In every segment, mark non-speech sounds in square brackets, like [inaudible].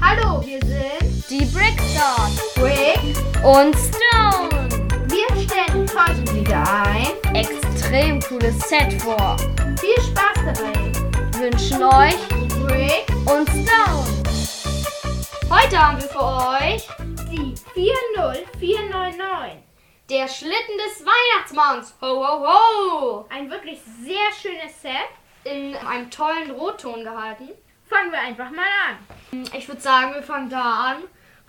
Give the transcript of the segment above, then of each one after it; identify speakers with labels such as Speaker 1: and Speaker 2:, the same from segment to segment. Speaker 1: Hallo, wir sind
Speaker 2: Die Brickstars
Speaker 1: Rick.
Speaker 2: und Stone.
Speaker 1: Wir stellen heute wieder ein.
Speaker 2: Extrem cooles Set vor.
Speaker 1: Viel Spaß dabei.
Speaker 2: Wünschen euch
Speaker 1: Rick,
Speaker 2: und Stone. Heute haben wir für euch
Speaker 1: die 40499.
Speaker 2: der Schlitten des Weihnachtsmanns. Ho, ho, ho.
Speaker 1: Ein wirklich sehr schönes Set.
Speaker 2: In einem tollen Rotton gehalten.
Speaker 1: Fangen wir einfach mal an.
Speaker 2: Ich würde sagen, wir fangen da an,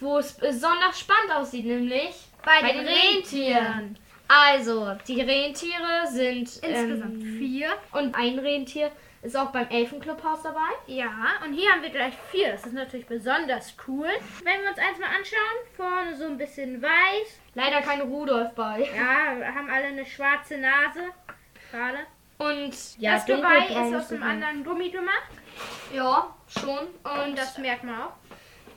Speaker 2: wo es besonders spannend aussieht, nämlich
Speaker 1: Bei,
Speaker 2: den Rentieren. Also, die Rentiere sind
Speaker 1: Insgesamt
Speaker 2: ähm,
Speaker 1: vier.
Speaker 2: Und ein Rentier ist auch beim Elfenclubhaus dabei.
Speaker 1: Ja, und hier haben wir gleich vier. Das ist natürlich besonders cool. Wenn wir uns eins mal anschauen, vorne so ein bisschen weiß.
Speaker 2: Leider kein Rudolf bei.
Speaker 1: Ja, haben alle eine schwarze Nase. Schade.
Speaker 2: Und
Speaker 1: das Geweih ist aus einem anderen Gummi gemacht.
Speaker 2: Ja, schon. Und
Speaker 1: Und das merkt man auch.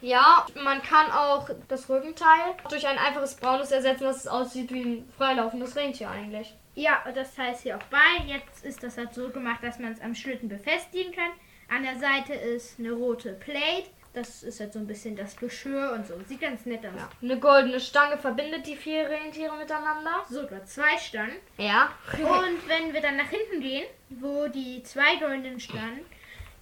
Speaker 2: ja, man kann auch das Rückenteil durch ein einfaches braunes ersetzen, dass es aussieht wie ein freilaufendes Rentier eigentlich.
Speaker 1: Ja, und das heißt hier auch Bein. Jetzt ist das halt so gemacht, dass man es am Schlitten befestigen kann. An der Seite ist eine rote Plate. Das ist halt so ein bisschen das Geschirr und so. Sieht ganz nett aus.
Speaker 2: Ja. Eine goldene Stange verbindet die vier Rentiere miteinander.
Speaker 1: Sogar zwei Stangen.
Speaker 2: Ja.
Speaker 1: Und wenn wir dann nach hinten gehen, wo die zwei goldenen Stangen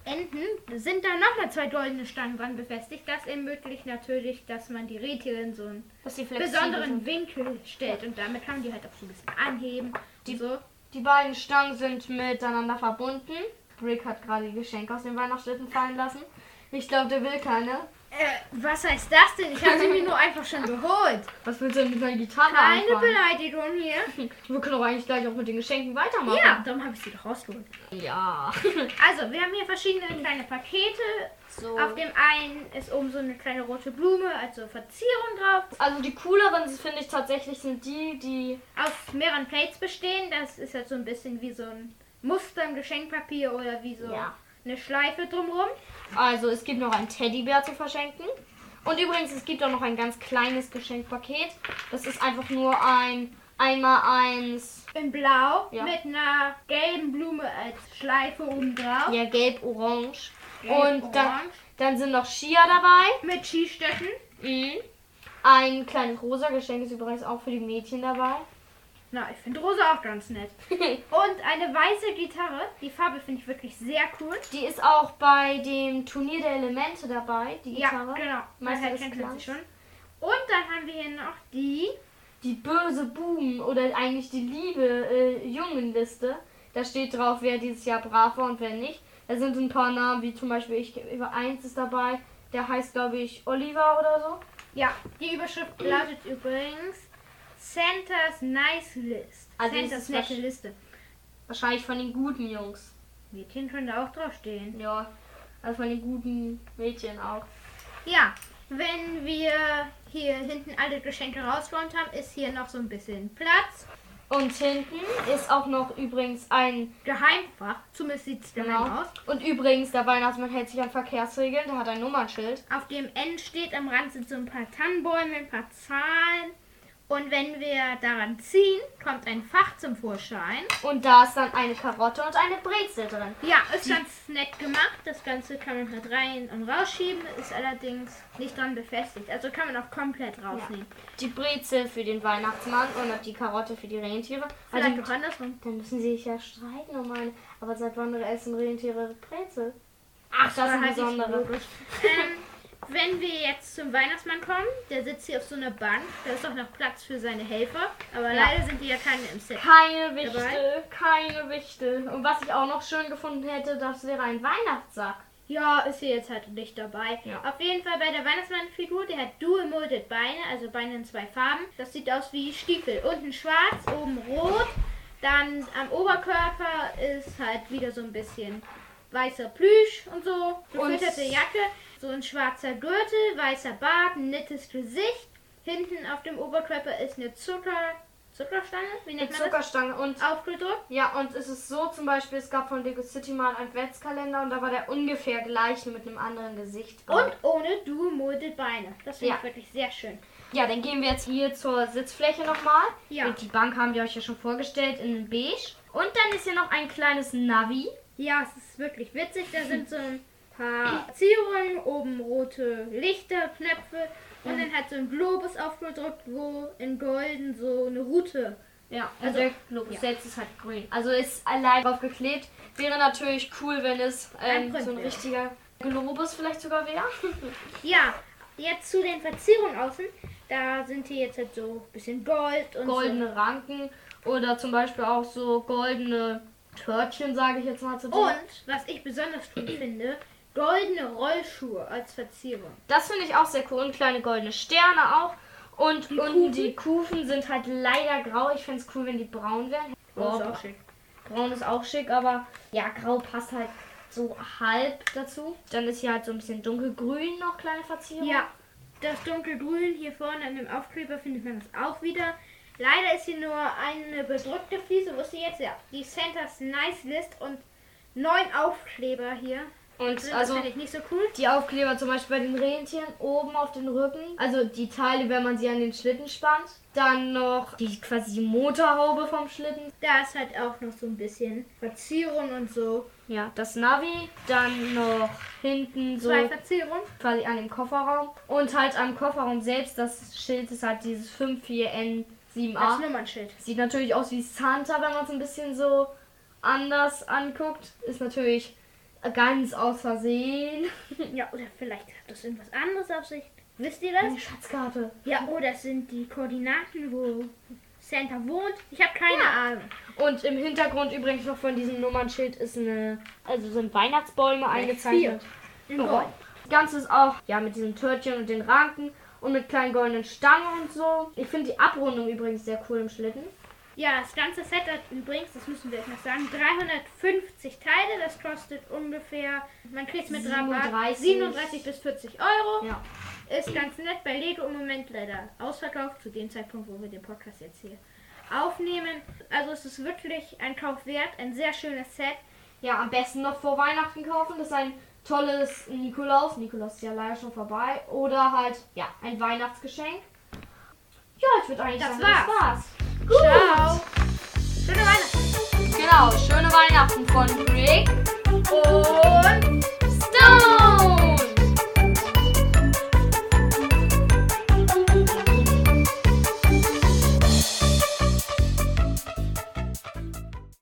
Speaker 1: enden, sind dann nochmal zwei goldene Stangen dran befestigt. Das ermöglicht natürlich, dass man die Rentiere in so einen
Speaker 2: Dass die
Speaker 1: besonderen Winkel stellt. Und damit kann man die halt auch so ein bisschen anheben. Die
Speaker 2: Die-
Speaker 1: so.
Speaker 2: Die beiden Stangen sind miteinander verbunden. Rick hat gerade die Geschenke aus dem Weihnachtsschlitten fallen lassen. Ich glaube, der will keine.
Speaker 1: Äh, was heißt das denn? Ich habe sie mir nur einfach schon geholt.
Speaker 2: [laughs] Was willst du denn mit deiner Gitarre
Speaker 1: Eine
Speaker 2: anfangen?
Speaker 1: Beleidigung hier.
Speaker 2: Wir können doch eigentlich gleich auch mit den Geschenken weitermachen.
Speaker 1: Ja, darum habe ich sie doch rausgeholt.
Speaker 2: Ja. [laughs]
Speaker 1: Also, wir haben hier verschiedene kleine Pakete.
Speaker 2: So.
Speaker 1: Auf dem einen ist oben so eine kleine rote Blume, also Verzierung drauf.
Speaker 2: Also die cooleren finde ich tatsächlich sind die, die
Speaker 1: Aus mehreren Plates bestehen. Das ist halt so ein bisschen wie so ein Muster im Geschenkpapier oder wie so
Speaker 2: Ja.
Speaker 1: eine Schleife drumherum.
Speaker 2: also es gibt noch einen Teddybär zu verschenken. Und übrigens, es gibt auch noch ein ganz kleines Geschenkpaket. Das ist einfach nur ein einmal eins,
Speaker 1: In blau
Speaker 2: Ja.
Speaker 1: mit einer gelben Blume als Schleife oben drauf.
Speaker 2: ja gelb orange.
Speaker 1: Gelb,
Speaker 2: Und dann,
Speaker 1: orange.
Speaker 2: dann sind noch Skia dabei.
Speaker 1: Mit Skistöcken.
Speaker 2: Mhm. Ein kleines rosa Geschenk ist übrigens auch für die
Speaker 1: [laughs]
Speaker 2: Mädchen dabei.
Speaker 1: Na, ich finde Rosa auch ganz nett. Und eine weiße Gitarre. Die Farbe finde ich wirklich sehr cool.
Speaker 2: Die ist auch bei dem Turnier der Elemente dabei, die Gitarre.
Speaker 1: Ja, genau. Meister
Speaker 2: Meister des
Speaker 1: kennt man
Speaker 2: Klangs.
Speaker 1: sie schon. Und dann haben wir hier noch die.
Speaker 2: die böse Buben oder eigentlich die liebe äh, Jungenliste. Da steht drauf, wer dieses Jahr brav war und wer nicht. Da sind ein paar Namen, wie zum Beispiel ich, über eins ist dabei, der heißt glaube ich Oliver oder so.
Speaker 1: Ja, die Überschrift lautet übrigens Santa's Nice List.
Speaker 2: Also
Speaker 1: Santa's
Speaker 2: ist es
Speaker 1: nette
Speaker 2: wasch-
Speaker 1: Liste.
Speaker 2: Wahrscheinlich von den guten Jungs.
Speaker 1: Mädchen können da auch draufstehen.
Speaker 2: Ja, also von den guten Mädchen auch.
Speaker 1: Ja, wenn wir hier hinten alle Geschenke rausgeräumt haben, ist hier noch so ein bisschen Platz.
Speaker 2: Und hinten ist auch noch übrigens ein,
Speaker 1: Geheimfach. Zumindest sieht es geheim
Speaker 2: genau,
Speaker 1: aus.
Speaker 2: und übrigens der Weihnachtsmann hält sich an Verkehrsregeln, der hat ein Nummernschild.
Speaker 1: Auf dem N steht am Rand sind so ein paar Tannenbäume, ein paar Zahlen. Und wenn wir daran ziehen, kommt ein Fach zum Vorschein.
Speaker 2: Und da ist dann eine Karotte und eine Brezel drin.
Speaker 1: Ja, ist ganz nett gemacht. Das Ganze kann man halt rein und rausschieben, ist allerdings nicht dran befestigt. Also kann man auch komplett rausnehmen.
Speaker 2: Die Brezel für den Weihnachtsmann und die Karotte für die Rentiere.
Speaker 1: Vielleicht
Speaker 2: Also,
Speaker 1: auch andersrum.
Speaker 2: dann müssen sie sich ja streiten um eine. Aber seit wann essen Rentiere Brezel?
Speaker 1: Ach,
Speaker 2: das ist ein besonderer.
Speaker 1: ähm, wenn wir jetzt zum Weihnachtsmann kommen, der sitzt hier auf so einer Bank. Da ist auch noch Platz für seine Helfer. Aber
Speaker 2: Ja.
Speaker 1: leider sind die ja keine im Set.
Speaker 2: Keine Wichte,
Speaker 1: Dabei?
Speaker 2: keine Wichte. Und was ich auch noch schön gefunden hätte, das wäre ein Weihnachtssack.
Speaker 1: Ja, ist hier jetzt halt nicht dabei.
Speaker 2: Ja.
Speaker 1: Auf jeden Fall bei der Weihnachtsmannfigur, der hat dual molded Beine, also Beine in zwei Farben. Das sieht aus wie Stiefel. Unten schwarz, oben rot. Dann am Oberkörper ist halt wieder so ein bisschen weißer Plüsch und so. Gefütterte
Speaker 2: Und-
Speaker 1: Jacke, so ein schwarzer Gürtel, weißer Bart, ein nettes Gesicht. Hinten auf dem Oberkörper ist eine Zucker... Zuckerstange? Wie
Speaker 2: Mit
Speaker 1: nennt man das?
Speaker 2: Zuckerstange. Und
Speaker 1: Aufgedruckt.
Speaker 2: ja, und es ist so zum Beispiel, es gab von Lego City mal einen Adventskalender und da war der ungefähr gleich nur mit einem anderen Gesicht. dran.
Speaker 1: Und ohne dual molded Beine. Das finde
Speaker 2: Ah. Ja.
Speaker 1: ich wirklich sehr schön.
Speaker 2: Ja, dann gehen wir jetzt hier zur Sitzfläche nochmal.
Speaker 1: Ja.
Speaker 2: Und die Bank haben wir euch ja schon vorgestellt in beige. Und dann ist hier noch ein kleines Navi.
Speaker 1: Ja, es ist wirklich witzig. Da sind so ein paar Zierungen, oben rote Lichter, Knöpfe und dann halt so ein Globus aufgedrückt, wo in golden so eine Route.
Speaker 2: Ja,
Speaker 1: Also-
Speaker 2: also der Globus
Speaker 1: ja.
Speaker 2: selbst ist halt grün. Also ist allein drauf geklebt. Wäre natürlich cool, wenn es
Speaker 1: Ein
Speaker 2: ähm,
Speaker 1: Grün
Speaker 2: so ein
Speaker 1: wäre.
Speaker 2: richtiger Globus vielleicht sogar wäre.
Speaker 1: Ja, jetzt zu den Verzierungen außen. Da sind hier jetzt halt so ein bisschen Gold und
Speaker 2: Goldene Ranken oder zum Beispiel auch so goldene Törtchen, sage ich jetzt mal zu
Speaker 1: so.
Speaker 2: dir.
Speaker 1: Und was ich besonders cool finde, goldene Rollschuhe als Verzierung.
Speaker 2: Das finde ich auch sehr cool. Und kleine goldene Sterne auch. Und die unten
Speaker 1: Kufen?
Speaker 2: die Kufen sind halt leider grau. Ich finde es cool, wenn die braun wären.
Speaker 1: Das
Speaker 2: Oh, Boah,
Speaker 1: ist auch schick.
Speaker 2: Braun ist auch schick, aber ja, grau passt halt so halb dazu. Dann ist hier halt so ein bisschen dunkelgrün noch kleine Verzierung.
Speaker 1: Ja, das dunkelgrün hier vorne an dem Aufkleber findet man das auch wieder. Leider ist hier nur eine bedrückte Fliese. Wo ist die jetzt? Ja, die Santa's Nice List und neun Aufkleber hier.
Speaker 2: Und
Speaker 1: Das
Speaker 2: also
Speaker 1: finde ich nicht so cool.
Speaker 2: die Aufkleber zum Beispiel bei den Rentieren oben auf den Rücken, also die Teile, wenn man sie an den Schlitten spannt. Dann noch die quasi Motorhaube vom Schlitten.
Speaker 1: Da ist halt auch noch so ein bisschen Verzierung und so.
Speaker 2: Ja, das Navi. Dann noch hinten so
Speaker 1: Zwei Verzierungen.
Speaker 2: quasi an dem Kofferraum. Und halt am Kofferraum selbst, das Schild ist halt dieses 54N7A.
Speaker 1: Das Nummernschild.
Speaker 2: Sieht natürlich aus wie Santa, wenn man es ein bisschen so anders anguckt. Ist natürlich ganz aus Versehen.
Speaker 1: Hm, Ja, oder vielleicht hat das irgendwas anderes auf sich. Wisst ihr das?
Speaker 2: Eine Schatzkarte.
Speaker 1: Ja, oder es sind die Koordinaten, wo Santa wohnt. Ich habe keine Ahnung.
Speaker 2: Und im Hintergrund übrigens noch von diesem Nummernschild ist eine, also sind Weihnachtsbäume eingezeichnet.
Speaker 1: In
Speaker 2: Ja.
Speaker 1: Gold.
Speaker 2: Das Ganze ist auch, ja, mit diesem Törtchen und den Ranken und mit kleinen goldenen Stangen und so. Ich finde die Abrundung übrigens sehr cool im Schlitten.
Speaker 1: Ja, das ganze Set hat übrigens, das müssen wir jetzt noch sagen, 350 Teile. Das kostet ungefähr, man kriegt mit Rabatt
Speaker 2: 37.
Speaker 1: 37 bis 40 Euro.
Speaker 2: Ja.
Speaker 1: Ist ganz nett bei Lego im Moment leider ausverkauft, zu dem Zeitpunkt, wo wir den Podcast jetzt hier aufnehmen. Also es ist wirklich ein Kauf wert, ein sehr schönes Set.
Speaker 2: Ja, am besten noch vor Weihnachten kaufen. Das ist ein tolles Nikolaus. Nikolaus ist ja leider schon vorbei. Oder halt, ja, ein Weihnachtsgeschenk. Ja, ich würde eigentlich
Speaker 1: Das
Speaker 2: sagen,
Speaker 1: war's.
Speaker 2: das war's. Gut.
Speaker 1: Ciao! Schöne Weihnachten!
Speaker 2: Genau, schöne Weihnachten von Rick. Und
Speaker 1: Und